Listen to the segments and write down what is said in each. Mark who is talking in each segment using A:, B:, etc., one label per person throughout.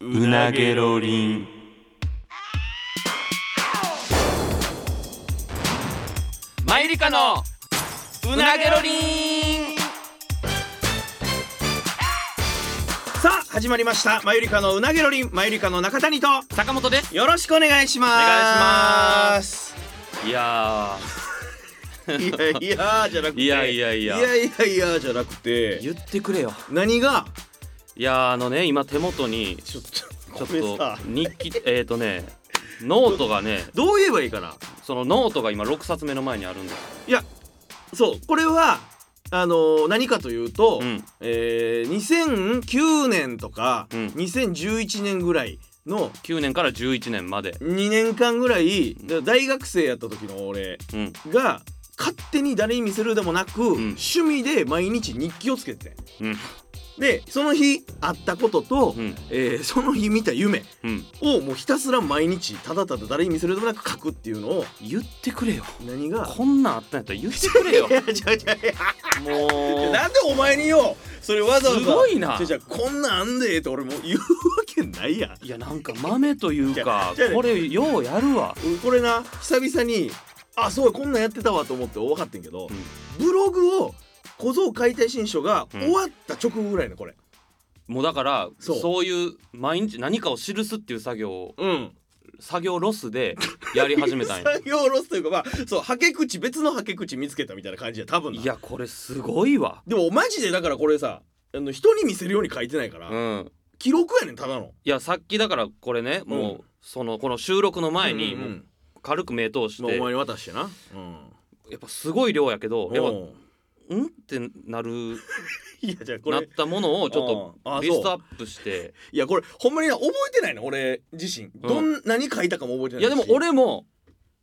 A: うなげろりん
B: マイリカのうなげろりん
C: さあ始まりましたマユリカのうなげろりんマユリカの中谷と
B: 坂本です
C: よろしくお願いします
B: 願いしますいや
C: いやいやじゃなくて
B: いやいやいや
C: いやいやいやじゃなくて
B: 言ってくれよ
C: 何が
B: いやーあのね今手元にち
C: ちょっ
B: ょ
C: と
B: っ
C: これ
B: と
C: さ
B: 日記えっ、ー、とねノートがね
C: どう言えばいいかな
B: そのノートが今6冊目の前にあるんです
C: いやそうこれはあのー何かというと、
B: うん
C: えー2009年とか、
B: うん
C: 2011年ぐらいの
B: 9年から11年まで
C: 2年間ぐらい
B: ん
C: で大学生やった時の俺
B: うん
C: が勝手に誰に見せるでもなく、趣味で毎日日記をつけてて
B: うん
C: でその日あったことと、
B: うん
C: えーその日見た夢
B: うん
C: をもうひたすら毎日ただただ誰に見せるでもなく書くっていうのを
B: 言ってくれよ
C: 何が
B: こんなんあったんやったら言ってく れよ
C: いや違う違ういや
B: もう
C: なんでお前によそれわざわざ
B: すごいな
C: じゃこんなんあんでって俺もう言うわけないやん
B: いやなんか豆とい うか
C: じゃあじゃあね
B: これようやるわ
C: 俺これな久々にあそうやこんなんやってたわと思って分かってんけど、
B: う
C: ブログを小僧解体新書が
B: うん
C: 終わった直後ぐらいのこれ
B: もうだからそ
C: そうう
B: いう毎日何かを記すっていう作業を
C: うん
B: 作業ロスでやり始 めたんや
C: 作業ロスというかまあそうはけ口別のはけ口見つけたみたいな感じや多分ない
B: やこれすごいわ
C: でもマジでだからこれさあの人に見せるように書いてないから、
B: うん
C: 記録やねんただの
B: いやさっきだからこれねもう、
C: うん
B: そのこの収録の前に
C: うん
B: も
C: う
B: うん軽く目通し
C: まあ
B: て、
C: お前に渡してなうん
B: やっぱすごい量やけどやっ
C: うん
B: ぱんってなる
C: いやじゃあこ
B: なっ
C: れ
B: たものをちょっ
C: うんあ
B: と
C: そう
B: リストアップして
C: いやこれほんまにな覚えてないの俺自身どんなに書いたかも覚えてないい
B: やで
C: し
B: も俺も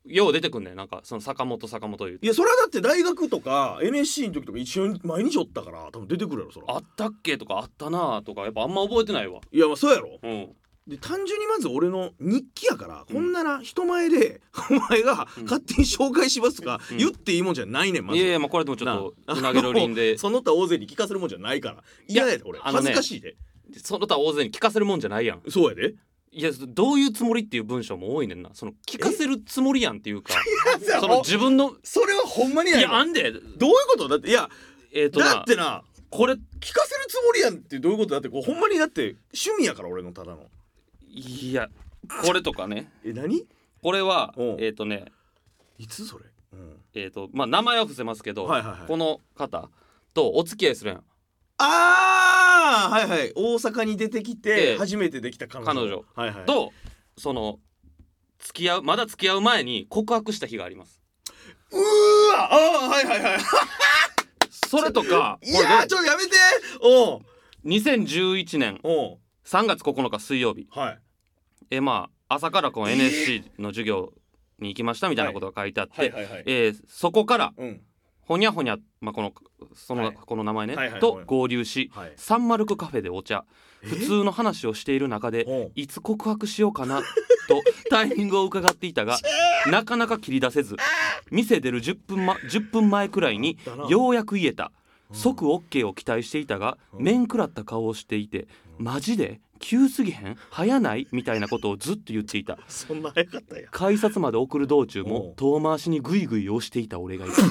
B: よう出てくんねんなんかその坂本坂本言うて
C: いやそれはだって大学とか NSC の時とか一緒に毎日おったから多分出てくるやろそら
B: あったっけとかあったなとかやっぱあんま覚えてないわ
C: いやまあそうやろ
B: うん
C: で単純にまず俺の日記やから、
B: うん
C: こんなな人前で お前が
B: うん
C: 勝手に紹介しますとか
B: うん
C: 言っていいもんじゃないねんま
B: い
C: ず、
B: やいやまあこれでもちょっとうなげろりん で
C: その他大勢に聞かせるもんじゃないから嫌やで俺
B: あのね
C: 恥ずかしいで、
B: その他大勢に聞かせるもんじゃないやん
C: そうやで
B: いやどういうつもりっていう文章も多いねんなその聞かせるつもりやんっていうかその自分の
C: それはほんまに
B: い
C: ない
B: やあんで
C: どういうことだっていや
B: えっ、と
C: だ
B: な
C: ってな
B: これ
C: 聞かせるつもりやんってどういうことだってこうほんまにだって趣味やから俺のただの
B: いやこれとかね
C: え何
B: これは
C: おう
B: えっ、とね
C: いつそれ、うん、
B: えっ、とまあ名前は伏せますけど、
C: はいはいはい
B: この方とお付き合いするやん
C: ああはいはい大阪に出てき
B: ええ
C: て初めてできた彼女
B: 彼女
C: はいはい
B: とその付き合うまだ付き合う前に告白した日があります
C: うーわああはいはいはい
B: それとか
C: いやーちょっとやめておう
B: 2011年
C: おう
B: 3月9日水曜日
C: はい
B: えーまあ朝からこの NSC の授業に行きましたみたいなことが書いてあって、
C: はいはい
B: えーそこから
C: うん
B: ほにゃほにゃ、まあ、このその、
C: はい
B: この名前ね、
C: はいはい
B: と合流し、
C: はい
B: サンマルクカフェでお茶
C: え
B: 普通の話をしている中で
C: おう
B: いつ告白しようかなとタイミングを伺って いたがなかなか切り出せず店出る10分,、ま、10分前くらいに
C: だな
B: ようやく言えた
C: うん
B: 即 OK を期待していたが
C: うん
B: 面食らった顔をしていて「
C: うん
B: マジで急すぎへん早ない?」みたいなことをずっと言っていた
C: そんな早かったんや
B: 改札まで送る道中
C: お
B: も
C: う
B: 遠回しにグイグイ押していた俺 がいた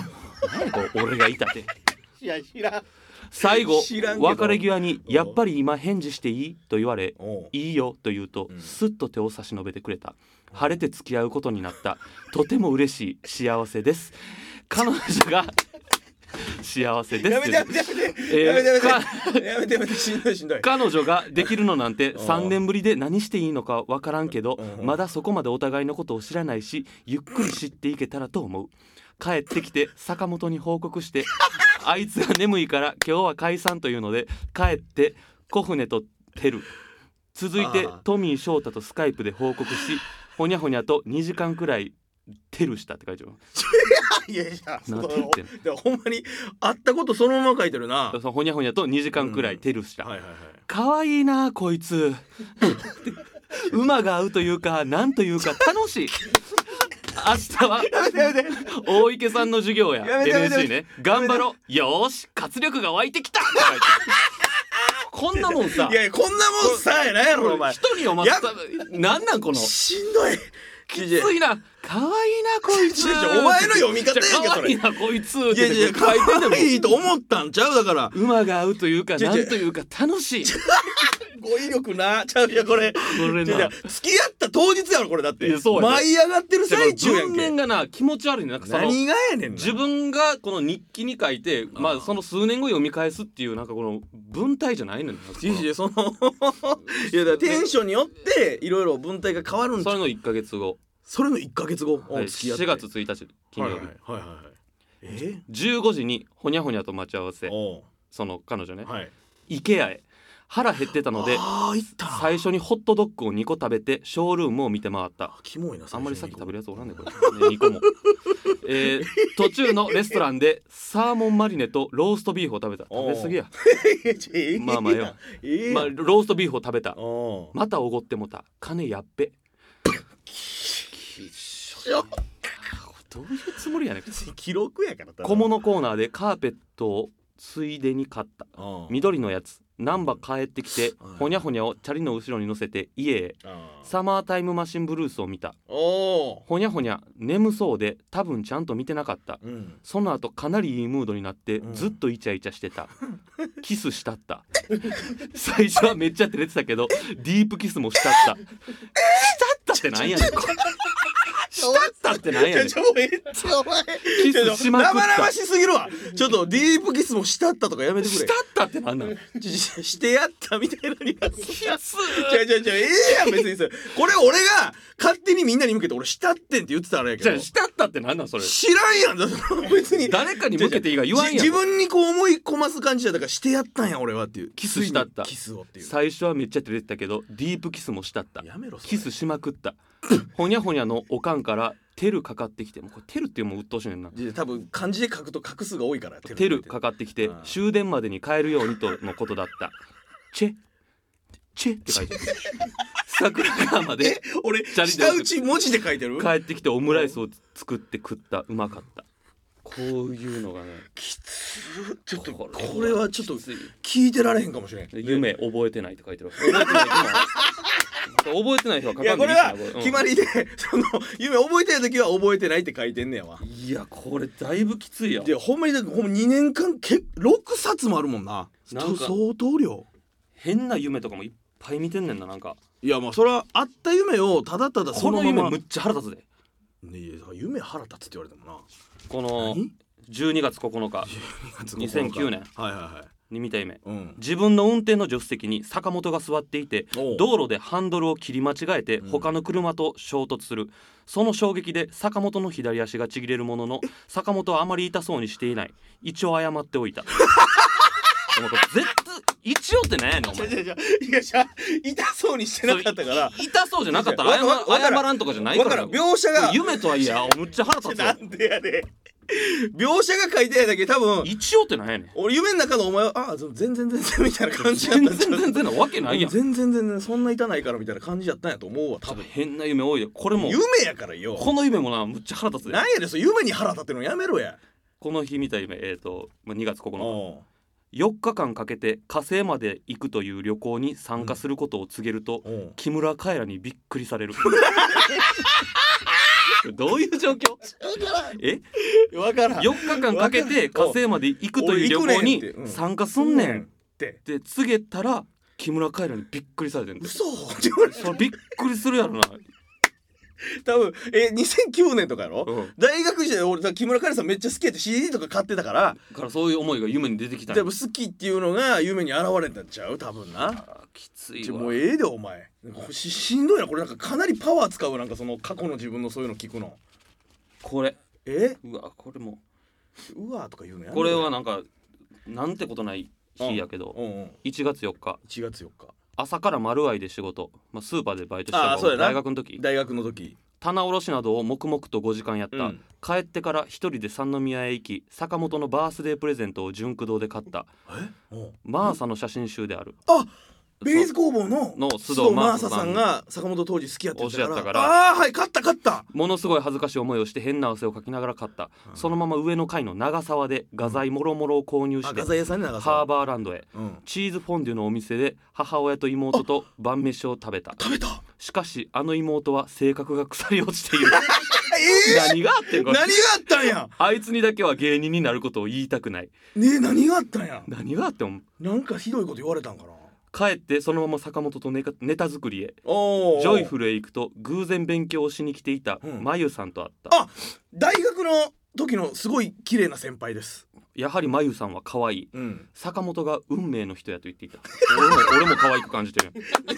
B: 何やこれ俺がいたって
C: いや知らん
B: 最後
C: 知らんけど
B: 別れ際に「やっぱり今返事していい?」と言われ
C: おう
B: 「いいよ」と言うと
C: うん
B: すっと手を差し伸べてくれた晴れて付き合うことになったとても嬉しい幸せです彼女 が幸せです
C: やめてやめてやめて
B: えー
C: やめてやめて
B: か
C: やめてやめてしんどいしんどい
B: 彼女ができるのなんて
C: うん
B: 3年ぶりで何していいのか分からんけど
C: うん
B: まだそこまでお互いのことを知らないしゆっくり知っていけたらと思う帰ってきて坂本に報告して あいつが眠いから今日は解散というので帰って小船とテル続いて
C: ああ
B: トミー翔太とスカイプで報告しほにゃほにゃと2時間くらいテルしたって書いてある
C: いやいやそ
B: な
C: の
B: んて
C: だ
B: 言ってんの
C: からほんまに会ったことそのまま書いてるな
B: そうそうほにゃほにゃと2時間くらいテルした、
C: はいはいはい
B: 可愛いなこいつ馬が合うというかなんというか楽しい明日は
C: やめてやめて
B: 大池さんの授業や
C: やめてやめて
B: NSC ね頑張ろうよーし活力が湧いてきたこんなもんさ
C: いやいやこんなもんさえないやろお前
B: 人にお前
C: やっ
B: なんなんこのき
C: しんどいき
B: ついな可愛いなこいつ
C: ちょちょお前の読み方やんけそれ
B: 可愛いなこいつ
C: いやいや
B: 書いてん
C: 可
B: でも
C: 愛いと思ったんちゃうだから
B: 馬が合うというか
C: ちょ
B: な
C: ちょ
B: んというか楽しい
C: 語彙力なちゃういやこれ
B: これ
C: いやい
B: な
C: や付き合った当日やろこれだって
B: いやそうやね
C: 舞い上がってる最中やん
B: 文
C: け
B: 面がな気持ち悪いねなんかその
C: 何がやねんな
B: 自分がこの日記に書いてま
C: あ
B: あ
C: ー
B: その数年後読み返すっていうなんかこの文体じゃないのよなんかこ
C: い
B: の
C: やいやそのいやだからテンションによっていろいろ文体が変わるんち
B: そ
C: ゃ
B: れ
C: う
B: の1か月後、
C: それの1か月後お
B: はい、
C: 付き合っ
B: 4
C: て
B: 月1日金曜日、
C: はいはいはいはいえ
B: 15時にほにゃほにゃと待ち合わせ
C: お
B: その彼女ね、
C: はい
B: 池 IKEA へ腹減ってたので
C: ああいったな
B: 最初にホットドッグを2個食べてショールームを見て回った
C: あキモいな
B: あんまりさっき食べる
C: る
B: やつおらんねこれ、ね、2個も、 えー途中のレストランでサーモンマリネとローストビーフを食べた食
C: おう
B: べ過ぎや、
C: ま
B: ま
C: あま
B: あま
C: あ
B: あ
C: よ
B: よ
C: ええ
B: まあ、ローストビーフを食べた
C: お
B: またおごってもた金やっべ
C: ょ
B: どういうつもりやねん
C: 記録やから
B: 小物コーナーでカーペットをついでに買った
C: うん
B: 緑のやつ難波帰ってきて
C: はい
B: ほにゃほにゃをチャリの後ろに乗せて家へ
C: あー
B: サマータイムマシンブルースを見た
C: お
B: ほにゃほにゃ眠そうで多分ちゃんと見てなかった
C: ーうん
B: その後かなりいいムードになって
C: うん
B: ずっとイチャイチャしてた、キスしたった最初はめっちゃ照れてたけどディープキスもしたったしたったってなんやねんしたったってなんやねん
C: ちょちょめっちゃお前
B: キスしまくった
C: 生々しすぎるわちょっとディープキスもしたったとかやめてくれ
B: した ったってなんなん
C: ちょちょしてやったみたいなニュアンス
B: キス
C: ちゃちゃちゃええやん別にそれこれ俺が勝手にみんなに向けて俺したってんって言ってたらあれやけ
B: じゃ
C: ど
B: あしたったってなんなんそれ
C: 知らんやんだから別に
B: 誰かに向けていいが言わんやん
C: じ自分にこう思い込ます感じだからしてやったんや俺はっていう
B: キスしたった
C: キスをっていう
B: 最初はめっちゃ照れてたけどディープキスもしたった
C: やめろそれ
B: キスしまくったほにゃほにゃのおかんからテルかかってきてもうこれテルっていうのもう鬱陶しいねんな
C: で多分漢字で書くと画数が多いから
B: テルかかってきて
C: うん
B: 終電までに帰るようにとのことだったチェチェって書いてる桜川ま
C: え
B: で
C: 俺
B: チャリで
C: 下打ち文字で書いてる
B: 帰ってきてオムライスを作って食ったうまかったこういうのがね
C: きつーちょっと
B: こ
C: これ
B: れは
C: はちょっと聞いてられへんかもしれん
B: 夢覚えてないって書いてる覚えてないでも覚えてない人は書
C: い
B: か
C: や
B: んで
C: こ
B: い
C: れ
B: いしな
C: は
B: うん
C: 決まりで、その夢覚えてる時は覚えてないって書いてんねやわ
B: いやこれだいぶきついやん
C: でほんまにだってほんま2年間け6冊もあるもんな
B: なんか
C: 相当量
B: 変な夢とかもいっぱい見てんねんななんか
C: いやまあそれはあった夢をただただそ
B: こ
C: の
B: の
C: ま
B: 夢
C: ま
B: むっちゃ腹立つで
C: ねいや夢腹立つって言われて もな
B: この
C: 何
B: 12月9日2009年
C: はいはいはい
B: に見た夢
C: うん
B: 自分の運転の助手席に坂本が座っていて
C: おう
B: 道路でハンドルを切り間違えて
C: うん
B: 他の車と衝突する、その衝撃で坂本の左足がちぎれるものの坂本はあまり痛そうにしていない一応謝っ ておいたお前これ絶対一応ってなんやねんお
C: じゃ
B: 前
C: じゃじゃいやじゃ痛そうにしてなかったから
B: 痛そうじゃなかったら謝
C: わわから
B: 謝
C: ん
B: らんとかじゃない
C: わ
B: か
C: からら
B: よ
C: ん描写が
B: 夢とはい えあむっちゃ腹立つ
C: な
B: わ
C: んでやねん描写が書いてないだけ多分
B: 一応ってなんやねん
C: 俺夢の中のお前はああ全然全然みたいな感じやっ
B: 全
C: た
B: 然全然なわけないやん
C: 全然全然そんな痛ないからみたいな感じやったんやと思うわ多分
B: 変な夢多いよこれも
C: 夢やからよ
B: この夢もなむっちゃ腹立つで
C: なんやねんそれ夢に腹立ってるのやめろや
B: この日見た夢えっ、と、まあ、2月9日
C: お
B: 4日間かけて火星まで行くという旅行に参加することを告げると、
C: うおう
B: 木村カエラにびっくり されるどういう状況え
C: 分からん
B: 4日間かけて火星まで行くという旅行
C: 俺行くねんってう
B: に
C: ん
B: 参加すんねんっ
C: って
B: て告げたら木村カエラにびっくりされてるんです
C: 嘘 って言われて
B: それびっくりするやろな、
C: 多分え2009年とかやろ
B: うん、
C: 大学時代俺だから木村カエラさんめっちゃ好きやって CD とか買ってたから
B: からそういう思いが夢に出てきたん
C: 多
B: や
C: 分好きっていうのが夢に現れたんちゃう多分な
B: あーきつ
C: ち
B: い
C: ょ
B: わ
C: もうええでお前なんかししんどいなこれなんかかなりパワー使うなんかその過去の自分のそういうの聞くの
B: これ
C: え
B: うわこれも
C: うわーとか言うのやめろ
B: これはなんかなんてことない日やけど
C: うんうん
B: 1月4日
C: 1月4日
B: 朝から丸愛で仕事、まあ、スーパーでバイトした
C: あーそうや
B: の
C: な
B: 大学の時
C: 大学の時
B: 棚卸しなどを黙々と5時間やった、
C: うん
B: 帰ってから一人で三宮へ行き坂本のバースデープレゼントを純駆堂で買った
C: えおう
B: マーサの写真集である
C: あベース工房の須
B: の須
C: 藤
B: 藤
C: 真麻
B: 真麻
C: さ
B: さ
C: ん
B: ん
C: が坂本当時好きやって言ってたから
B: 推しやったから
C: ああーはい勝った勝った
B: ものすごい恥ずかしい思いをして変な汗をかきながら買った、そのまま上の階の長沢で画材もろもろを購入
C: あ
B: して
C: 画材屋さんに長
B: ハー
C: さ
B: バーランドへ
C: うん
B: チーズフォンデュのお店で母親と妹と晩飯を食べた
C: 食べ た
B: しかしあの妹は性格が腐り落ちている
C: え
B: 何があって ん
C: ー、何
B: これ
C: があったんや
B: あいつにだけは芸人になることを言いたくない
C: ねえ何があったんや
B: 何があっても
C: なんかひどいこと言われたんかな
B: 帰ってそのまま坂本とネタネタ作りへ
C: お
B: ジョイ
C: ル
B: フルへ行くと偶然勉強をしに来ていた
C: うん
B: まゆさんと会った、
C: あ大学の時のすごい綺麗な先輩です
B: やはりまゆさんは可愛い
C: うん
B: 坂本が運命の人やと言ってい た俺も俺も可愛く感じてる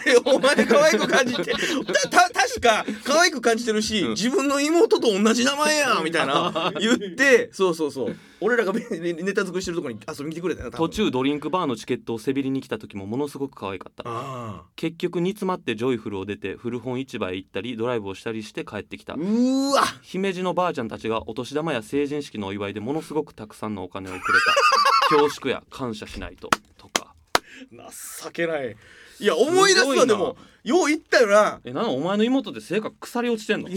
C: えお前可愛く感じ てたた確か可愛く感じてるし、
B: ん
C: 自分の妹と同じ名前 やんみたいな言ってそうそうそう俺らがねネタ作りしてるとこに遊びに来てくれたよな多
B: 途
C: 分
B: 中ドリンクバーのチケットを背びりに来た時もものすごく可愛かった
C: ああ
B: 結局煮詰まってジョイフルを出て古本市場へ行ったりドライブをしたりして帰ってきた
C: うーわ
B: 姫路のばあちゃんたちがお年玉や成人式のお祝いでものすごくたくさんのお金をくれ た恐縮や感謝しないととか
C: 情けないいや思い出す
B: すご
C: わ
B: いな
C: でもよう言ったよな
B: えなのお前の妹って性格腐り落ちてんの
C: い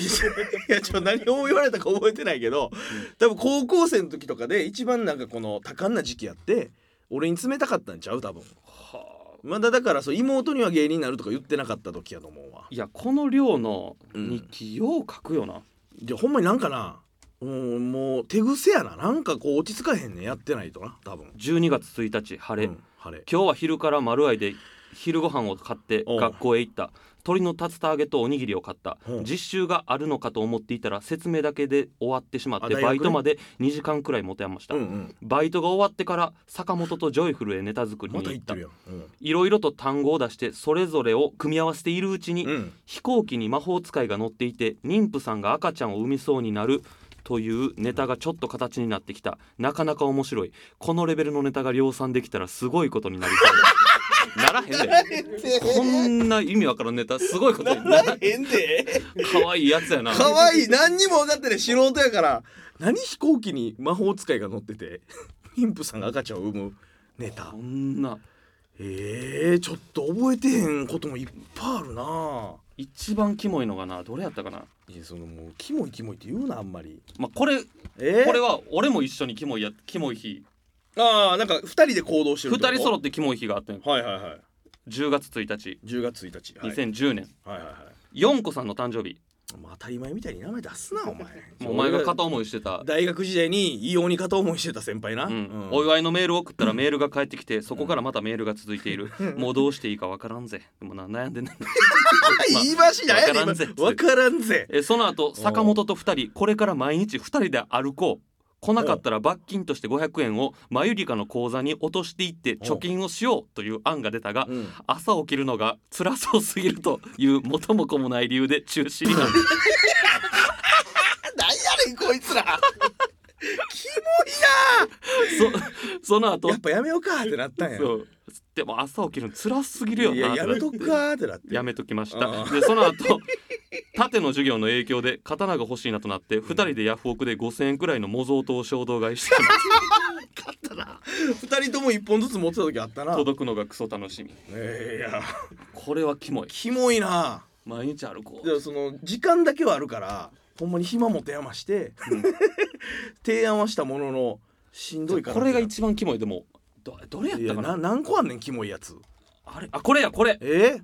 C: やちょっと何を言われたか覚えてないけど、多分高校生の時とかで一番なんかこの多感な時期やって俺に冷たかったんちゃう多分
B: はあ
C: まだだからそう妹には芸人になるとか言ってなかった時やと思うわ
B: いやこの量の
C: うん
B: 日記よう書くよな、
C: じゃあほんまになんかなもうもう手癖やななんかこう落ち着かへんねんやってないとな多分
B: 12月1日晴れ、
C: うん、晴れ
B: 今日は昼から丸愛で昼ご飯を買って
C: おう
B: 学校へ行った鶏の竜田揚げとおにぎりを買った
C: うん
B: 実習があるのかと思っていたら説明だけで終わってしまっ
C: あ
B: て
C: 大学ね
B: バイトまで2時間くらい持て余した、
C: うんうん
B: バイトが終わってから坂本とジョイフルへネタ作り
C: ま
B: に
C: た
B: 行
C: 言っ
B: った
C: てるやんうん、
B: いろいろと単語を出してそれぞれを組み合わせているうちに、
C: うん、
B: 飛行機に魔法使いが乗っていて妊婦さんが赤ちゃんを産みそうになるというネタがちょっと形になってきたなかなか面白いこのレベルのネタが量産できたらすごいことになりそう だならへんでこんな意味わからんネタすごいことになる
C: 変で
B: 可愛いやつやな
C: 可愛い何にも分かってない素人やから何飛行機に魔法使いが乗ってて 妊婦さんが赤ちゃんを産むネタ
B: こんな
C: えー、ちょっと覚えてへんこともいっぱいあるな
B: 一番キモいのがなどれやったかない
C: やそのもうキモいキモいって言うなあんまり
B: まあこれ
C: えー、
B: これは俺も一緒にキモいやキモい日
C: ああなんか2人で行動してる
B: 2人揃
C: っ
B: ってキモい日があってん
C: てはいはいはい
B: 10月1日
C: 10月1日、はい、
B: 2010年
C: はいはいは
B: ヨンコさんの誕生日
C: いもう当たり前みたいに名前出す なお前
B: もうお前が片思いしてた
C: 大学時代に異様に片思いしてた先輩な、
B: うん、お祝いのメールを送ったらメールが返ってきて、そこからまたメールが続いている、もうどうしていいかわからんぜでもな悩んで んねんまあ
C: 言い回しないやねん
B: わからんぜ
C: 今わからんぜ
B: えその後坂本と2人これから毎日2人で歩こう来なかったら罰金として500円をマユリカの口座に落としていって貯金をしようという案が出たが
C: うん
B: 朝起きるのが辛そうすぎるという元も子もない理由で中止になる
C: なんやねんこいつらキ
B: そ その後
C: モやっぱやめようかってなったんや
B: そうでも朝起きるの辛すぎるよない
C: ややめとくかってなって
B: やめときまし
C: あ
B: た
C: あ
B: でその後縦の授業の影響で刀が欲しいなとなって2人でヤフオクで5,000円くらいの模造刀を衝動買 いしてきまし
C: 2人とも1本ずつ持ってた時あった
B: た
C: な
B: 届くのがクソ楽しみ
C: えーいや
B: これはキモい
C: キモいな
B: 毎日歩こ
C: じゃあその時間だけはあるからほんまに暇持て余して、
B: うん
C: 提案はしたもののしんどいうから
B: これが一番キモいでもどどれやっ
C: いや
B: たか
C: な
B: な
C: 何個あんねんキモいやつ
B: あれあこれやこれ
C: え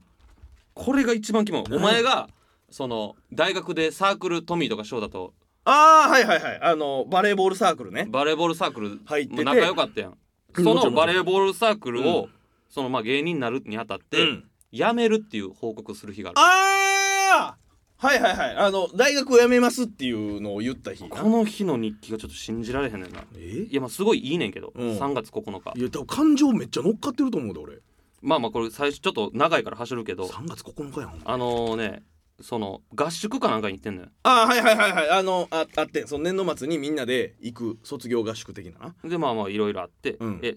B: これが一番キモい
C: 何
B: お前がその大学でサークルトミーとか翔太と
C: ああはいはいはいあのバレーボールサークルね
B: バレーボールサークル
C: 入ってて
B: 仲良かったやん
C: うん
B: そ
C: もちろ
B: の
C: ん
B: バレーボールサークル
C: う
B: をそのまあ芸人になるにあたって
C: うん
B: 辞めるっていう報告する日がある
C: ああはいはいはいあの大学を辞めますっていうのを言った日な
B: この日の日記がちょっと信じられへんねんな。
C: え
B: いやまあすごいいいねんけど、
C: うん
B: 3月9日
C: いや多分感情めっちゃ乗っかってると思うで俺
B: まあまあこれ最初ちょっと長いから走るけど
C: 3月9日やん
B: あのねその合宿かなんかに行ってんのよ
C: ああはいはいはいはいあのああってその年度末にみんなで行く卒業合宿的なな
B: でまあまあいろいろあって、
C: うん
B: え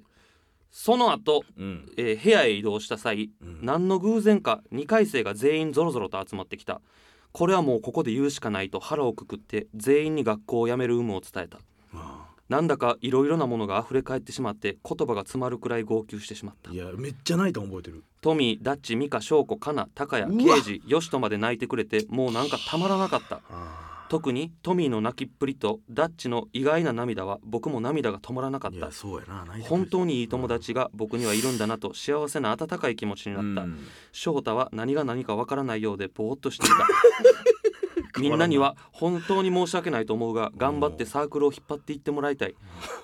B: その後、
C: うん
B: えー部屋へ移動した際、
C: うん
B: 何の偶然か2回生が全員ぞろぞろと集まってきたこれはもうここで言うしかないと腹をくくって全員に学校を辞める有無を伝えた
C: まあ
B: なんだかいろいろなものが溢れ返ってしまって言葉が詰まるくらい号泣してしまった
C: いやめっちゃ泣いたん覚えてる
B: トミーダッチミカ翔子カナ高谷
C: うわ
B: 刑事ヨシトまで泣いてくれてもうなんかたまらなかった
C: あ
B: 特にトミーの泣きっぷりとダッチの意外な涙は僕も涙が止まらなかった
C: そうやな泣い
B: 本当にいい友達が僕にはいるんだなと幸せな温かい気持ちになった、 翔太は何が何かわからないようでぼーっとしてい たみんなには本当に申し訳ないと思うが頑張ってサークルを引っ張っていってもらいたい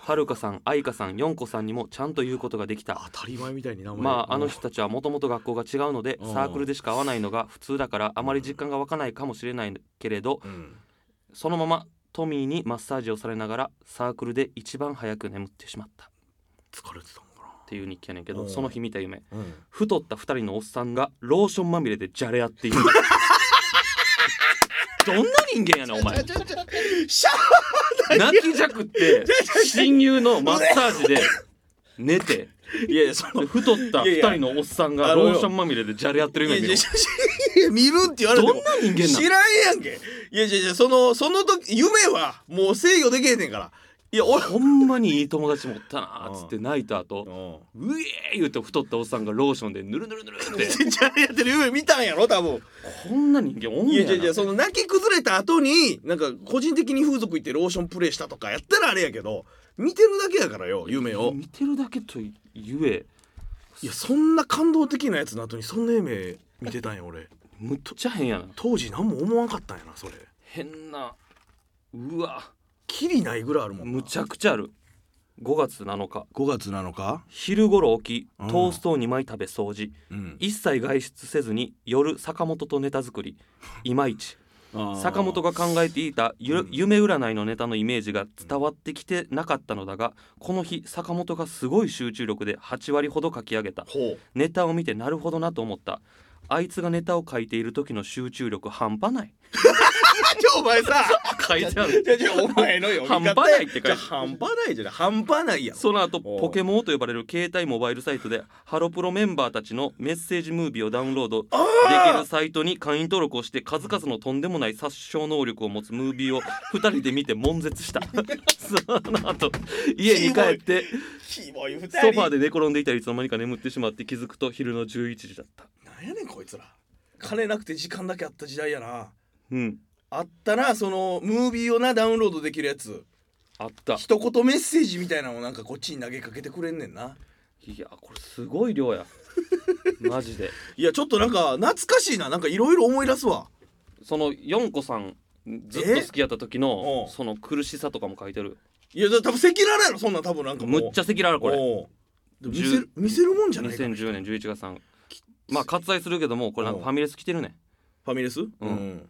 B: はるかさん愛香さんよんこさんにもちゃんと言うことができた
C: 当たり前みたいに名前
B: まああの人たちはもともと学校が違うので
C: うん
B: サークルでしか会わないのが普通だからあまり実感が湧かないかもしれないけれど
C: うん
B: そのままトミーにマッサージをされながらサークルで一番早く眠ってしまったっ
C: 疲れてたんか
B: ていう日記やねんけ
C: う
B: ど
C: ん
B: その日見た夢
C: なうん
B: 太った二人のおっさんがローションまみれでじゃれ合っているどんな人間やねんお前
C: シャ
B: 泣きじゃくって親友のマッサージで寝て
C: いやいやそ
B: で
C: の
B: 太った二人のおっさんがローションまみれでじゃれ合ってる
C: いや
B: 夢
C: い
B: 見
C: やいやいや
B: ろ
C: 見るって言われても
B: どんな人間なの
C: 知らんやんけいやいやいやそのその時夢はもう制御できへんねんからいや俺
B: ほんまにいい友達持ったなーっつって泣い た後うえー言うと太ったおっさんがローションでぬるぬるぬるって
C: じゃあやってる夢見たんやろ多分
B: こんな人間おん
C: い
B: ね
C: や
B: や
C: い
B: な
C: やいやその泣き崩れた後になんか個人的に風俗行ってローションプレイしたとかやったらあれやけど見てるだけやからよ夢を
B: 見てるだけとゆえ
C: いやそんな感動的なやつの後にそんな夢見てたんや俺
B: むっちゃ変やな
C: 当時何も思わんかったんやなそれ
B: 変なうわ
C: キリないぐらいあるもん
B: むちゃくちゃある5月7日
C: 5月7日
B: 昼頃起
C: うん
B: きトーストを2枚食べ掃除、
C: うん
B: 一切外出せずに夜坂本とネタ作りいまいち坂本が考えていたゆ
C: うん
B: 夢占いのネタのイメージが伝わってきてなかったのだがこの日坂本がすごい集中力で8割ほど書き上げた
C: ほう
B: ネタを見てなるほどなと思ったあいつがネタを書いている時の集中力半端ない
C: あじゃあお前さ
B: 書いてある
C: じゃあじゃあお前のよ
B: 半端ないって書いて
C: じゃあ半端ないじゃない半端ないやん
B: その後
C: おう
B: ポケモンと呼ばれる携帯モバイルサイトでハロプロメンバーたちのメッセージムービーをダウンロードできるサイトに会員登録をして数々のとんでもない殺傷能力を持つムービーを2人で見て悶 絶したその後家に帰って
C: キモい二人
B: ソファーで寝転んでいたりいつの間にか眠ってしまって気づくと昼の11時だった
C: なんやねんこいつら金なくて時間だけあった時代やな
B: うん
C: あったなそのムービーをなダウンロードできるやつ
B: あった
C: 一言メッセージみたいなのをなんかこっちに投げかけてくれんねんない
B: やこれすごい量 やマジで
C: いやちょっとなんか懐かしいななんかいろいろ思い出すわ
B: その4個さんずっと好きやった時
C: お
B: の
C: う
B: その苦しさとかも書いてる
C: いやだ多分赤裸々やろそんなん多分なんかもう
B: むっちゃ赤裸々これ
C: おうでも見せ
B: 十
C: る見せるもんじゃないか
B: 2010年11月3まあ割愛するけどもこれなんかファミレス来てるね
C: ファミレスうん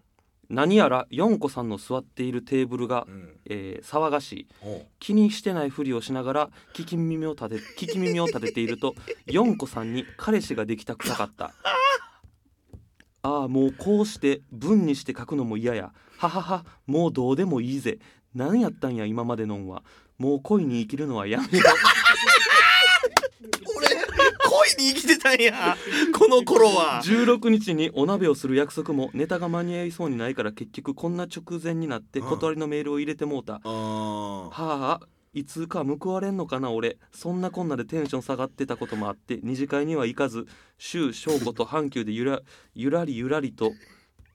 B: 何やらヨンコさんの座っているテーブルが、
C: うん
B: えー騒がしい
C: おう
B: 気にしてないふりをしながら聞き耳を 立て聞き耳を立てているとヨンコさんに彼氏ができたくなか ったああもうこうして文にして書くのも嫌やはははもうどうでもいいぜ何やったんや今までのんはもう恋に生きるのはやめよう
C: 俺恋に生きてたんやこの頃は
B: 16日にお鍋をする約束もネタが間に合いそうにないから結局こんな直前になって断りのメールを入れてもうた、
C: ああ
B: はあいつか報われんのかな俺そんなこんなでテンション下がってたこともあって二次会には行かず周翔子と阪急でゆらゆらりゆらりと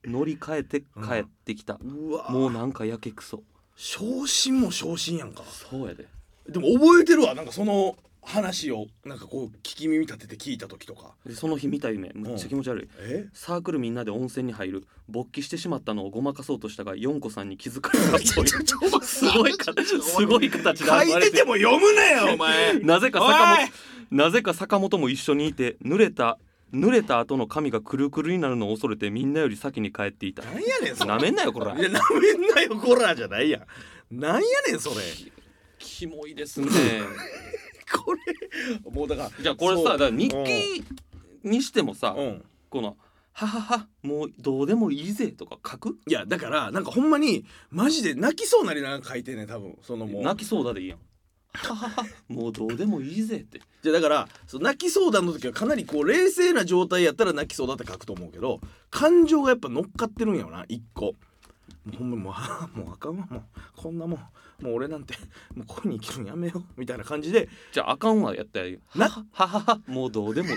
B: 乗り換えて帰ってきた、
C: うわ
B: も
C: も
B: う
C: う
B: なんかやけくそ
C: 昇進も昇進やんか
B: そうやで
C: でも覚えてるわなんかその話をなんかこう聞き耳立てて聞いた時とか
B: でその日見た夢むっちゃ気持ち悪い、
C: え
B: サークルみんなで温泉に入る勃起してしまったのをごまかそうとしたが4個さんに気づかれたという すごいかすごい形で
C: 書
B: 暴
C: い
B: れ
C: て
B: て
C: ても読むなよお前
B: なぜか坂
C: おい
B: 本なぜか坂本も一緒にいて濡れた濡れた後の髪がくるくるになるのを恐れてみんなより先に帰っていた
C: なんやねんそれ
B: なめんなよこ
C: いや
B: れ
C: なめんなよこらじゃないやんなんやねんそれ
B: キモいですね
C: これもうだから
B: じゃあこれさ
C: そう
B: だから日記にしてもさ
C: うん
B: この「はははもうどうでもいいぜ」とか書く
C: いやだからなんかほんまにマジで泣きそうなりながら書いてんねん多分そのもう
B: 泣きそうだでいいやん「はははもうどうでもいいぜ」って
C: じゃあだからその泣きそうだの時はかなりこう冷静な状態やったら泣きそうだって書くと思うけど感情がやっぱ乗っかってるんやろな一個もうほんまもうあーもうあかんわもうこんなもんもう俺なんてもう恋に生きるのやめようみたいな感じで
B: じゃああかんわやったらいい
C: な
B: ははははもうどうでもいい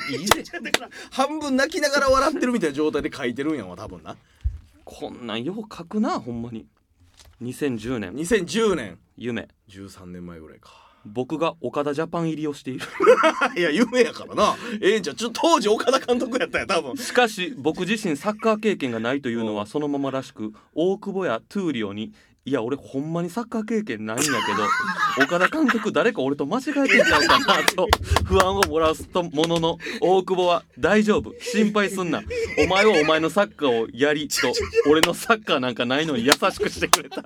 C: 半分泣きながら笑ってるみたいな状態で書いてるんやわ多分な
B: こんなんよう書くなほんまに2010年
C: 2010年
B: 夢
C: 13年前ぐらいか
B: 僕が岡田ジャパン入りをしている
C: いや夢やからなええんちゃうちょ当時岡田監督やったんや多分
B: しかし僕自身サッカー経験がないというのはそのままらしく大久保やトゥーリオにいや俺ほんまにサッカー経験ないんやけ ど岡田監督誰か俺と間違えてんちゃうかなと不安をもらうとものの大久保は「大丈夫心配すんなお前はお前のサッカーをやり」と俺のサッカーなんかないのに優しくしてくれた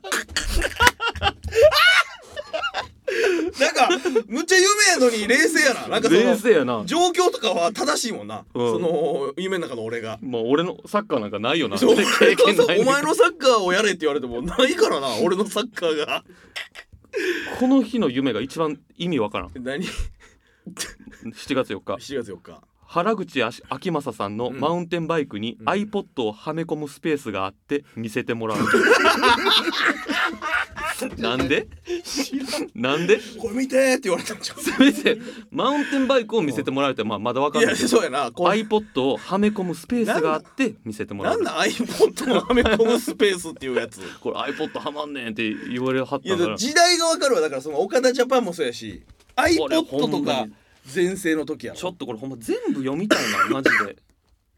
C: なんかむっちゃ夢やのに冷静やななんかそ
B: 冷
C: の
B: 静やな
C: 状況とかは正しいもんな、
B: うん
C: その夢の中の俺が
B: まあ俺のサッカーなんかないよな
C: そう
B: 経験ないね
C: お前のサッカーをやれって言われてもないからな俺のサッカーが
B: この日の夢が一番意味わからん
C: 何7
B: 7月4日
C: 月4日
B: 原口あし明正さんのマウンテンバイクに
C: うん
B: iPod をはめ込むスペースがあって見せて もらう、なんでなんで
C: これ見てって言われたんちゃう
B: せめてマウンテンバイクを見せてもらえてまあまだわか
C: い
B: んな
C: や
B: いけど
C: そうやなこれ
B: iPod をはめ込むスペースがあって見せてもら
C: な
B: うん
C: なん iPod のはめ込むスペースっていうやつ
B: これ iPod はまんねんって言われはっ
C: い
B: た
C: やだ
B: か
C: からら時代がわかるわだからその岡田ジャパンもそうやし
B: これ
C: iPod
B: ほんま
C: と
B: に
C: か全盛の時や
B: ちょ
C: ろ
B: っとこれほんま全部読みたいなマジで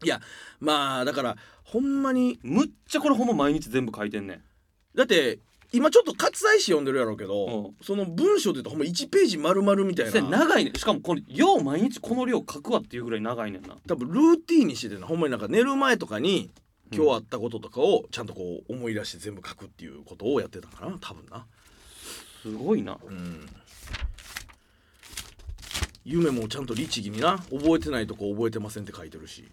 C: いやまあだからほんまに
B: むっちゃこれほんま毎日全部書いてんねん
C: だって今ちょっと割愛して読んでるやろうけど、その文章で言うとほんま1ページ丸々みたい
B: せや
C: な
B: 長いねんしかもこれよう毎日この量書くわっていうぐらい長いねんな
C: 多分ルーティーンにしててなほんまになんか寝る前とかに今日あったこととかをちゃんとこう思い出して全部書くっていうことをやってたんかな多分な、
B: すごいな
C: うん、夢もちゃんと律儀にな覚えてないとこ覚えてませんって書いてるし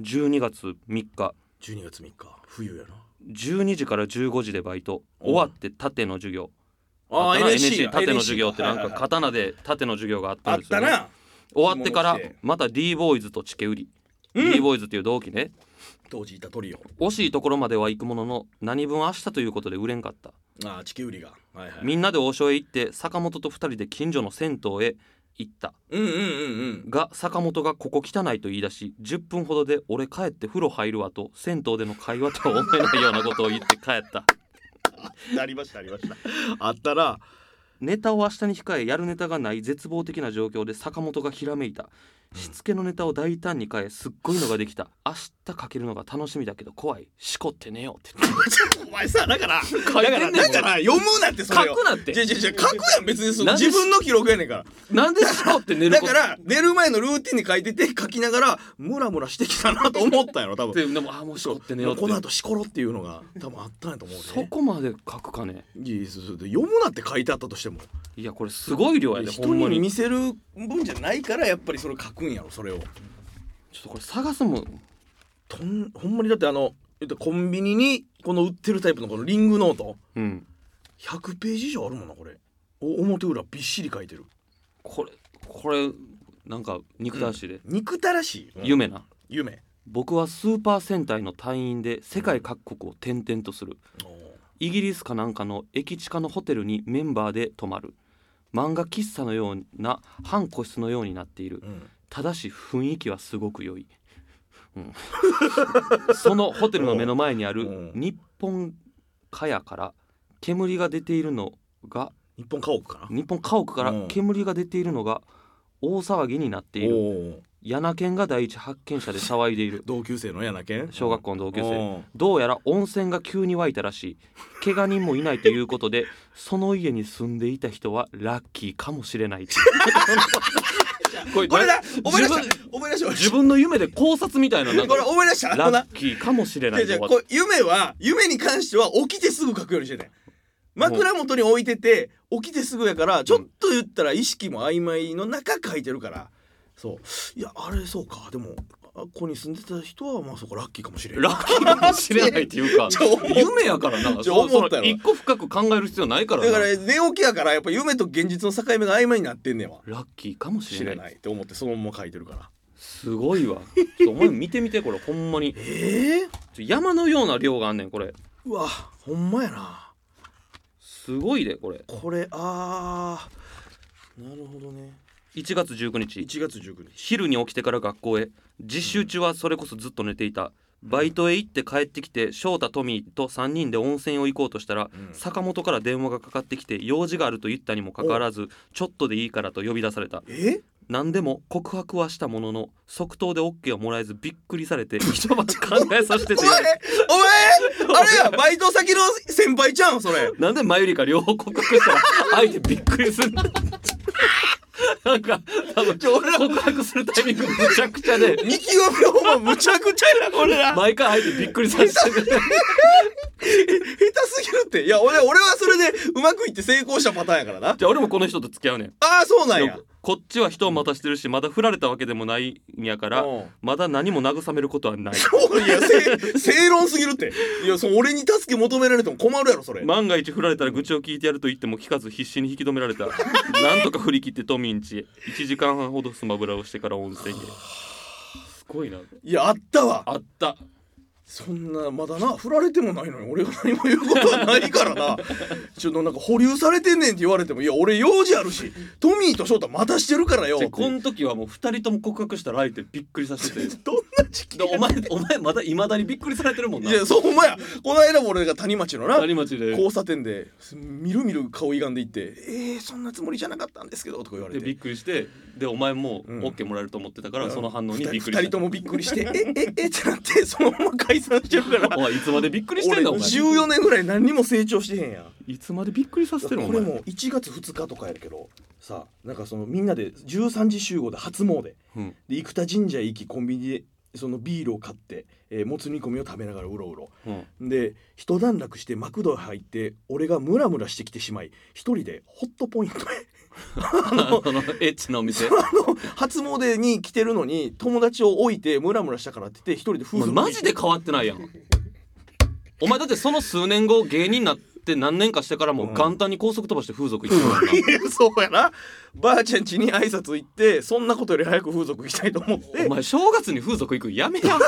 B: 12月3日
C: 12月3日冬やな
B: 12時から15時でバイト
C: うん
B: 終わって縦の授業
C: ああ
B: 刀
C: NSC
B: 縦の授業ってなんか
C: か
B: 刀で縦の授業があった
C: あ
B: ん
C: っ
B: ですよ、
C: た
B: ね、
C: な
B: 終わってから
C: 着物着て
B: また d ボーイズとチケ売り、
C: うん
B: d ボーイズっていう同期ね
C: 当時いたトリオ
B: 惜しいところまでは行くものの何分明日ということで売れんかった
C: ああ地球売りがはいはい
B: みんなで王将へ行って坂本と2人で近所の銭湯へ行った
C: うんうんうんうん
B: が坂本がここ汚いと言い出し10分ほどで俺帰って風呂入るわと銭湯での会話とは思えないようなことを言って帰った
C: ありましたありましたあったら
B: ネタを明日に控えやるネタがない絶望的な状況で坂本がひらめいたしつけのネタを大胆に変えすっごいのができた明日かけるのが楽しみだけど怖いしこって寝ようって言っ
C: お前さだからだか
B: いてんね
C: ら
B: ん
C: だから読むなってそ
B: て
C: れ
B: 書
C: を
B: くなっ
C: じゃ
B: て
C: じゃじゃ書くやん別にその
B: なんで
C: 自分の記録やねんから
B: なんでしこって寝る
C: だ
B: こと
C: から寝る前のルーティンに書いてて書きながらムラムラしてきたなと思ったんやろ多
B: っ
C: 分
B: てでもあーもうしこって寝よ
C: も
B: う
C: う
B: って
C: この後しころっていうのが多分あったんやと思う
B: そ
C: ね
B: こまで書くかね
C: いやそうそう読むなって書いてあったとしても
B: いやこれすごい量やでほ
C: 人
B: んま
C: に
B: に
C: 見せる分じゃないからやっぱりそれ書くんやろそれを
B: ちょっとこれ探すもん
C: とんほんまにだってあの言ったらコンビニにこの売ってるタイプのこのリングノート
B: うん
C: 100ページ以上あるもんなこれお表裏びっしり書いてる
B: これこれなんか肉だしで、
C: 憎たらしい、うん
B: 夢な
C: 夢
B: 僕はスーパー戦隊の隊員で世界各国を転々とする
C: おー
B: イギリスかなんかの駅地下のホテルにメンバーで泊まる漫画喫茶のような半個室のようになっている
C: うん
B: ただし雰囲気はすごく良い、うん、 そのホテルの目の前にある
C: うん
B: 日本蚊帳から煙が出ているのが
C: 日本家屋かな
B: 日本家屋から
C: うん
B: 煙が出ているのが大騒ぎになっている
C: おー
B: ヤナケンが第一発見者で騒いでいる
C: 同級生のやなけん
B: 小学校の同級生
C: おー
B: どうやら温泉が急に湧いたらしい怪我人もいないということでその家に住んでいた人はラッキーかもしれないこ れ
C: これだ思い出
B: 自
C: し
B: 分
C: た思い出した
B: 自分の夢で考察みたいななん
C: これ
B: か
C: 思い出したあの
B: ラ
C: な
B: ッキーかもしれな
C: じゃ
B: い
C: じゃ
B: と
C: こ
B: か
C: れ夢は夢に関しては起きてすぐ書くようにしてね枕元に置いてて起きてすぐやからちょっと言ったら意識も曖昧の中書いてるからそういやあれそうかでもあここに住んでた人はまあそこラッキーかもしれん
B: ラッキーかもしれないっていうか
C: ちょ思った
B: 夢やからな
C: ちょ
B: そうそ
C: 思った
B: の
C: よ
B: 一個深く考える必要ないから
C: だ
B: な
C: から寝起きやからやっぱ夢と現実の境目が曖昧になってんねんわ
B: ラッキーかもし
C: 知
B: れ
C: れ
B: ない
C: ないって思ってそのまま書いてるから
B: すごいわちょっとお前見てみてこれほんまに
C: ええ
B: ちょ山のような量があんねんこれ
C: うわほんまやな
B: すごいでこれ
C: これあーなるほどね
B: 1月19日
C: 1月19日
B: 昼に起きてから学校へ実習中はそれこそずっと寝ていたバイトへ行って帰ってきて翔太トミーと3人で温泉を行こうとしたら
C: うん
B: 坂本から電話がかかってきて用事があると言ったにもかかわらずちょっとでいいからと呼び出された
C: え
B: 何でも告白はしたものの即答で OK をもらえずびっくりさ れて一晩考えさせて
C: お
B: て
C: 前お前あ れやバイト先の先輩ちゃうんそれ
B: なんで前よりか両方告白したら相手びっくりするんだなんか多分
C: 俺ら
B: 告白するタイミングむちゃくちゃで
C: 見極めほんまむちゃくちゃやなこれ ら
B: 毎回相手びっくりさせて て
C: 下手すぎるっていや俺俺はそれでうまくいって成功したパターンやからな
B: じゃあ俺もこの人と付き合うねん
C: ああそうなんや
B: こっちは人を待たしてるしまだ振られたわけでもないんやから
C: うん
B: まだ何も慰めることはない
C: いやせ 正論すぎるっていやその俺に助け求められても困るやろそれ、
B: 万が一振られたら愚痴を聞いてやると言っても聞かず必死に引き止めら れたなんとか振り切ってトミーんち1時間半ほどスマブラをしてから 温泉へすごいない
C: やあったわ
B: あった
C: そんなまだな振られてもないのに俺が何も言うことはないからなちょっとなんか保留されてんねんって言われてもいや俺用事あるしトミーと翔太またしてるからよ
B: で
C: って
B: この時はもう2人とも告白したら相手びっくりさせてて
C: どんな時期
B: でお前お前まだいまだにびっくりされてるもん
C: い
B: な
C: やそうほんまやこの間も俺が谷町のな
B: 谷町で
C: 交差点でみるみる顔歪んでいって「えー、そんなつもりじゃなかったんですけど」とか言われ
B: で
C: て
B: びっくりしてでお前も
C: うん
B: OK もらえると思ってたから、その反応に
C: 二
B: びっ
C: 人二人
B: くりした
C: ともびっくりして「えええってなってそのまま解散してるから
B: おいいつまでびっくりして
C: 俺
B: んだお前
C: 14年ぐらい何にも成長してへんやん。
B: いつまでびっくりさせてるのお
C: これ
B: 前
C: も1月2日とかやけどさなんかそのみんなで13時集合で初詣で
B: うん
C: 生田神社へ行きコンビニでそのビールを買って、えーもつ煮込みを食べながらうろうろ
B: うん
C: で一段落してマクドへ入って俺がムラムラしてきてしまい一人でホットポイントへ
B: あの エッチなお店
C: あの初詣に来てるのに友達を置いてムラムラしたからって言って一人で
B: お
C: 夫
B: 前
C: 婦
B: マジで変わってないやんお前だってその数年後芸人になって何年かしてからもう元旦に高速飛ばして風俗行ってた からない
C: やそうやなばあちゃん家に挨拶行ってそんなことより早く風俗行きたいと思って
B: お前正月に風俗行くんやめ や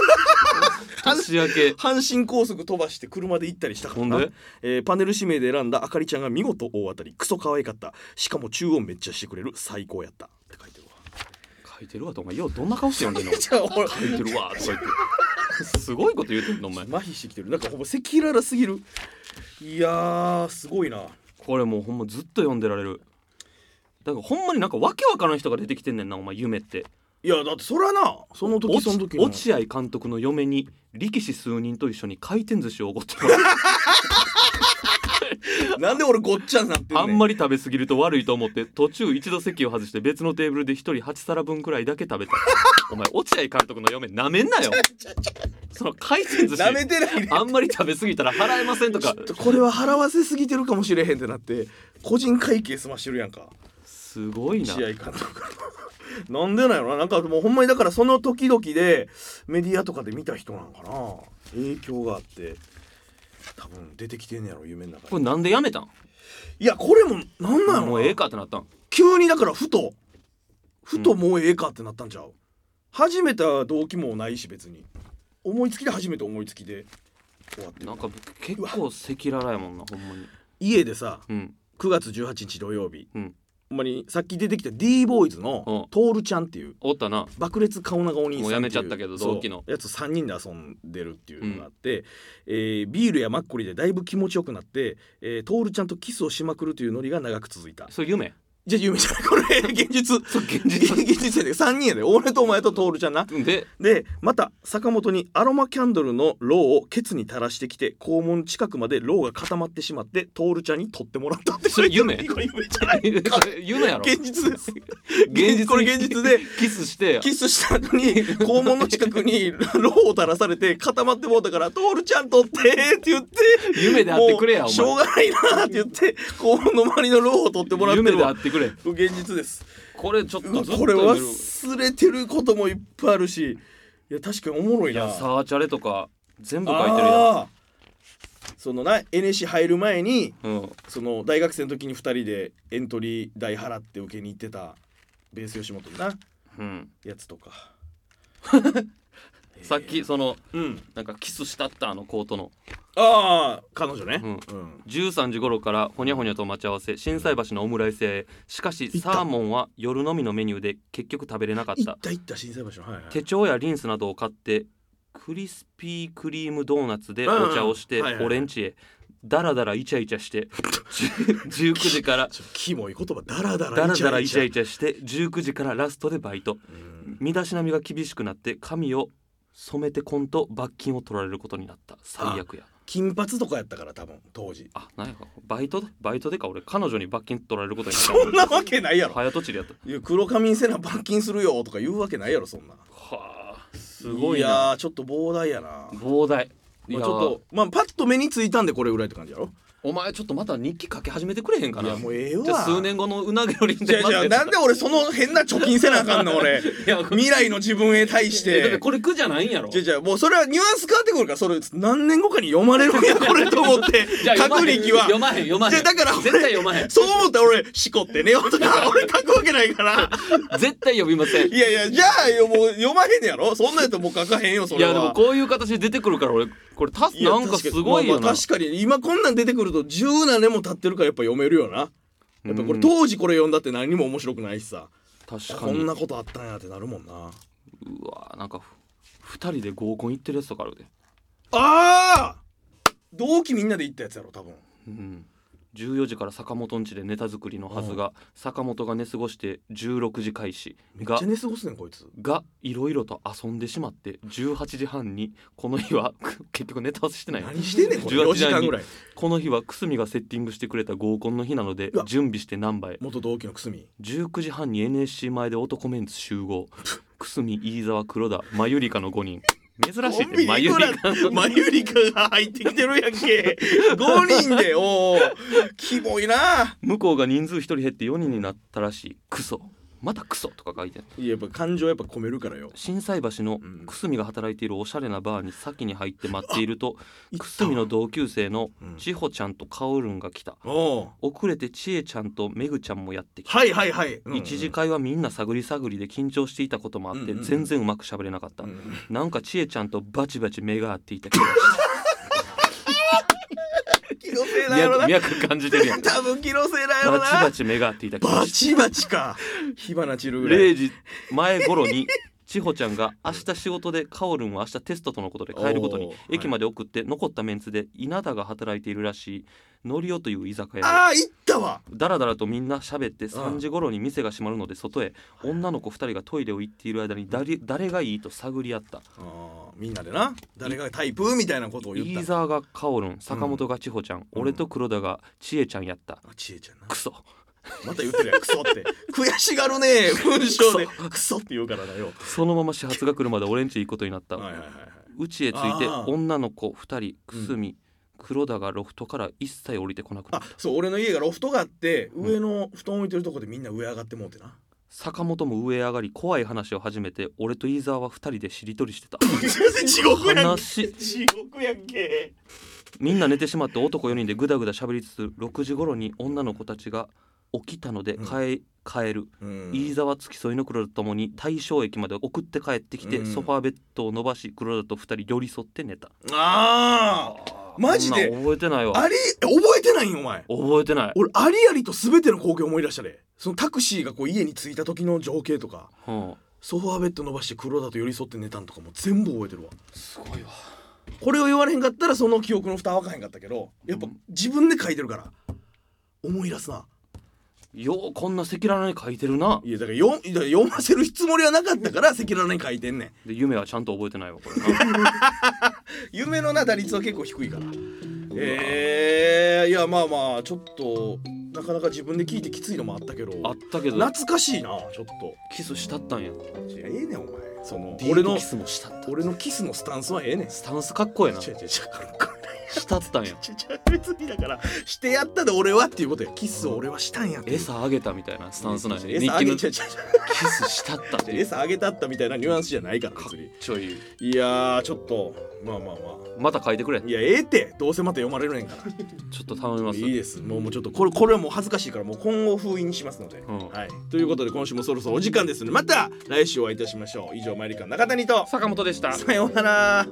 B: 年明け
C: 阪神高速飛ばして車で行ったりしたか
B: ほ
C: ら
B: ん
C: な
B: で
C: えーパネル指名で選んだあかりちゃんが見事大当たりクソ可愛かったしかも中音めっちゃしてくれる最高やったって書いてるわ
B: 書いてるわとお前ようどんな顔して読んでんの 書
C: じゃあほら
B: いてるわとか言ってすごいこと言うてんのお前
C: 麻痺してきてるなんかほぼ赤裸々すぎるいやーすごいな
B: これもうほんまずっと読んでられるだからほんまになんかわけわからん人が出てきてんねんなお前夢って
C: いやだってそらなその時
B: 落
C: その
B: ち
C: 時の
B: 落合監督の嫁に力士数人と一緒に回転寿司をおごってもらう
C: なんで俺ごっちゃになってんねん
B: あんまり食べ過ぎると悪いと思って途中一度席を外して別のテーブルで一人8皿分くらいだけ食 べたお前落合監督の嫁なめんなよその回転寿司
C: なめてないね
B: あんまり食べ過ぎたら払えませんとか
C: これは払わせすぎてるかもしれへんってなって個人会計済ましてるやんか
B: すごいな
C: 試合監督 なんでなんやろななんかもうほんまにだからその時々でメディアとかで見た人なんかな影響があって多分出てきてんねやろ夢の中
B: こ
C: に
B: れなんでやめたん
C: いやこれもなんなんやろな
B: もうええかってなったん
C: 急にだからふとふともうええかってなったんちゃう、始めた動機もないし別に思いつきで初めて思いつきで終わってる
B: なんか結構赤裸々やもんなほんまに
C: 家でさ
B: うん
C: 9月18日土曜日、
B: うん
C: ほんまにさっき出てきた d ボーイズ
B: う
C: の
B: ん
C: トールちゃんっていう
B: おったな
C: 爆裂顔長お兄さん
B: もうやめちゃった
C: ていう
B: けど
C: そう
B: 同期の
C: やつ3人で遊んでるっていうのがあって、えービールやマッコリでだいぶ気持ちよくなって、えー、トールちゃんとキスをしまくるというノリが長く続いた
B: それ夢
C: じゃあ夢じゃない これ現実
B: 現
C: 現実やで3人やで俺とお前とトールちゃんな
B: で
C: でまた坂本にアロマキャンドルのロウをケツに垂らしてきて肛門近くまでロウが固まってしまってトールちゃんに取ってもらったって
B: それ夢
C: これ夢じゃない
B: それ夢やろ
C: 現実です
B: 現実
C: これ現実で
B: キス して
C: キスした後 に肛門の近くにロウを垂らされて固まってもうたから「トールちゃん取って」って言って
B: 夢であってくれや
C: もう
B: お
C: しょうが
B: 前
C: ないなって言って肛門の周りのロウを取ってもらって
B: 夢
C: る
B: であ
C: わ
B: ってくれ
C: 現実です
B: これちょっと
C: うわ
B: ずっと
C: これ
B: やる
C: 忘れてることもいっぱいあるしいや確かにおもろい
B: い
C: な
B: やサーチャレとか全部書いてるや
C: あーそのな NSC 入る前に
B: んうん
C: その大学生の時に2人でエントリー代払って受けに行ってたベース吉本のな
B: うん
C: やつとか
B: さっきその
C: うん
B: なんかキスしたったあのコートの
C: ああ彼女ね
B: う
C: うんん、
B: 13時頃からほにゃほにゃと待ち合わせ心斎橋のオムライス屋へしかし
C: 行った
B: サーモンは夜のみのメニューで結局食べれなかっ
C: 行
B: た
C: った行った心斎橋のはいはい
B: 手帳やリンスなどを買ってクリスピークリームドーナツでお茶をして
C: うんはいはい
B: オレンジへダラダライチャイチャして19時から
C: ちょっとキモい言葉ダラダ ラ
B: ダラ
C: イチャ
B: ダ
C: イ
B: ライチャイ
C: チ
B: チャして19時からラストでバイト
C: ャ
B: 身だしなみが厳しくなって髪を染めてこんと罰金を取られることになった最悪や
C: 金髪とかやったから多分当 時
B: あなんやかバイトでバイトでか俺彼女に罰金取られることになった
C: そんなわけないやろ
B: 早とちりやった
C: いや黒髪にせな罰金するよとか言うわけないやろそんな
B: はあすごい
C: いや
B: な
C: ーちょっと膨大やな、まあ、ち
B: 膨大い
C: ょ
B: や
C: っ
B: ー
C: とまあパッと目についたんでこれぐらいって感じやろ
B: お前ちょっとまた日記書き始めてくれへんか
C: い
B: な
C: やもうええわ
B: じゃあ数年後のうなげよりん
C: じゃあじゃあなんで俺その変な貯金せなあかんの 俺
B: や
C: 未来の自分へ対し
B: えだって
C: て
B: これ苦じゃないんやろ
C: じゃあじゃあもうそれはニュアンス変わってくるからそれ何年後かに読まれるん やこれと思って
B: じゃあ
C: 書く
B: 読
C: にきは
B: まへん読まへん読まへん
C: じゃあだから俺
B: 絶対読まへん
C: そう思ったら俺しこって寝ようと か俺書くわけないから
B: 絶対読みません
C: いやいやじゃあよもう読まへんねやろそんなんやったらもう書かへんよそ
B: い
C: れは
B: やでもこういう形で出てくるから俺これた
C: いや
B: なんかすごいよ
C: 確かに,まあ、ま
B: な
C: あ確かに今こんなん出てくると十何年も経ってるからやっぱ読めるよなやっぱこ
B: う
C: れ
B: ん
C: 当時これ読んだって何も面白くないしさ
B: 確か
C: こ
B: に
C: ん
B: う
C: なことあったんやってなるもんな
B: わなんかふ二人で合コン行ってるやつとかあるで
C: ああ同期みんなで行ったやつやろ多分
B: うん14時から坂本ん家でネタ作りのはずが坂本が寝過ごして16時開始
C: めっ
B: が
C: ちゃ寝過ごすねんこいつ
B: がいろいろと遊んでしまって18時半にこの日は 結局ネタ合わせしてない
C: 何してんねんこれ
B: 18
C: 4時間ぐらい
B: この日は久住がセッティングしてくれた合コンの日なので
C: うわ
B: 準備して何倍
C: 元同期のくすみ
B: 19時半に NSC 前で男メンツ集合久住飯沢黒田マユリカの5人珍しい
C: コン
B: ね
C: ビ
B: マ
C: ニ
B: ユ
C: いくら
B: リカ
C: マユリカが入ってきてるやんけ5人でおおキモいな
B: 向こうが人数1人減って4人になったらしいクソまたクソとか書いてある
C: いややっぱ感情やっぱ込めるからよ
B: 心斎橋の
C: うん
B: 久住が働いているおしゃれなバーに先に入って待っていると
C: 行った
B: 久住の同級生の
C: うん
B: 千穂ちゃんとカオルンが来た
C: おお
B: 遅れて千恵ちゃんとめぐちゃんもやってきた
C: はいはいはい、うんうん
B: 一次会はみんな探り探りで緊張していたこともあって
C: うんうん
B: 全然うまく喋れなかった、
C: うん
B: なんか千恵ちゃんとバチバチ目が合ってい た気がし
C: 気のせい
B: た
C: だよな
B: 脈脈感じてるやんバ
C: 多分気のせいだよな
B: チバチ目が合っていた気が
C: バ
B: し
C: チバチか火花散るぐ
B: た
C: らい
B: 0時前頃に千穂ちゃんが明日仕事でカオルンは明日テストとのことで帰ること
C: お
B: に
C: ーはい
B: 駅まで送って残ったメンツで稲田が働いているらしいのりおという居酒屋へ
C: ああ行ったわ
B: だらだらとみんな喋って
C: ん
B: 3時頃に店が閉まるので外へ女の子2人がトイレを行っている間に誰誰がいいと探り合った
C: あーみんなでな誰がタイプみたいなことを言
B: 飯
C: った
B: 沢がカオルン坂本が千穂ちゃん、俺と黒田が千恵ちゃんやった
C: あちえちゃんな
B: クソ
C: また言ってる やんクソって悔しがるね文章でクソって言うからだよ
B: そのまま始発が来るまで俺んち行くことになった、
C: はいはいはいはいう
B: ちへ着いて
C: あー
B: 女の子2人くすみ、黒田がロフトから一切降りてこなくな
C: あ
B: った
C: そう俺の家がロフトがあって上の布団置いてるとこでみんな上上がってもうてな
B: 坂本も上へ上がり怖い話を始めて俺と飯沢は2人でしりとりして た
C: 地獄やんけ
B: 話
C: 地獄やんけ
B: みんな寝てしまって男4人でぐだぐだ喋りつつ6時頃に女の子たちが起きたので
C: うん
B: 帰,、帰る
C: うん
B: 飯沢付き添いの黒田と共に大正駅まで送って帰ってきて、
C: うん
B: ソファーベッドを伸ばし黒田と2人寄り添って寝た
C: ああマジ
B: こん
C: で
B: なん覚えてないわ
C: あり覚えてないんお前
B: 覚えてない、
C: 俺ありありと全ての光景を思い出したでそのタクシーがこう家に着いた時の情景とか
B: うん、
C: ソファーベッド伸ばして黒田と寄り添って寝たんとかも全部覚えてるわ
B: すごいわ
C: これを言われへんかったらその記憶の蓋は開かへんかったけどやっぱ自分で書いてるから思い出すな
B: ようこんな赤裸々に書いてるない
C: やだからよだから読ませるつもりはなかったから赤裸々に書いてんねん
B: で夢はちゃんと覚えてないわこれ な
C: 夢のな打率は結構低いからえー、いやまあまあちょっとなかなか自分で聞いてきついのもあったけど
B: あったけど
C: 懐かしいなちょっと
B: キスしたったんや
C: いやええねんお前その
B: デー
C: 俺
B: ト
C: の
B: キスもしたった
C: 俺のキスのスタンスはええねん
B: スタンスかっこええな
C: 違う違う違うかっこいい
B: したったんや
C: ちちゃ別にだからしてやったで俺はっていうことやキスを俺はしたんやっていう
B: 餌あげたみたいなスタンスなんや日記
C: 餌あげ
B: の
C: ち
B: キ
C: ゃちゃちゃ
B: スしたった っ ていうか
C: 餌あげたったみたいなニュアンスじゃないから
B: っ
C: 別に
B: ちょいい
C: いやーちょっとまあまあま
B: また書いてくれ
C: あいやええってどうせまた読まれるねんから
B: ちょっと頼みます
C: いいですもうもうちょっとこれこれはもう恥ずかしいからもう今後封印にしますので、
B: うん
C: はい、ということで今週もそろそろお時間ですのでまた来週お会いいたしましょう以上マイリカの中谷と
B: 坂本でした
C: さようなら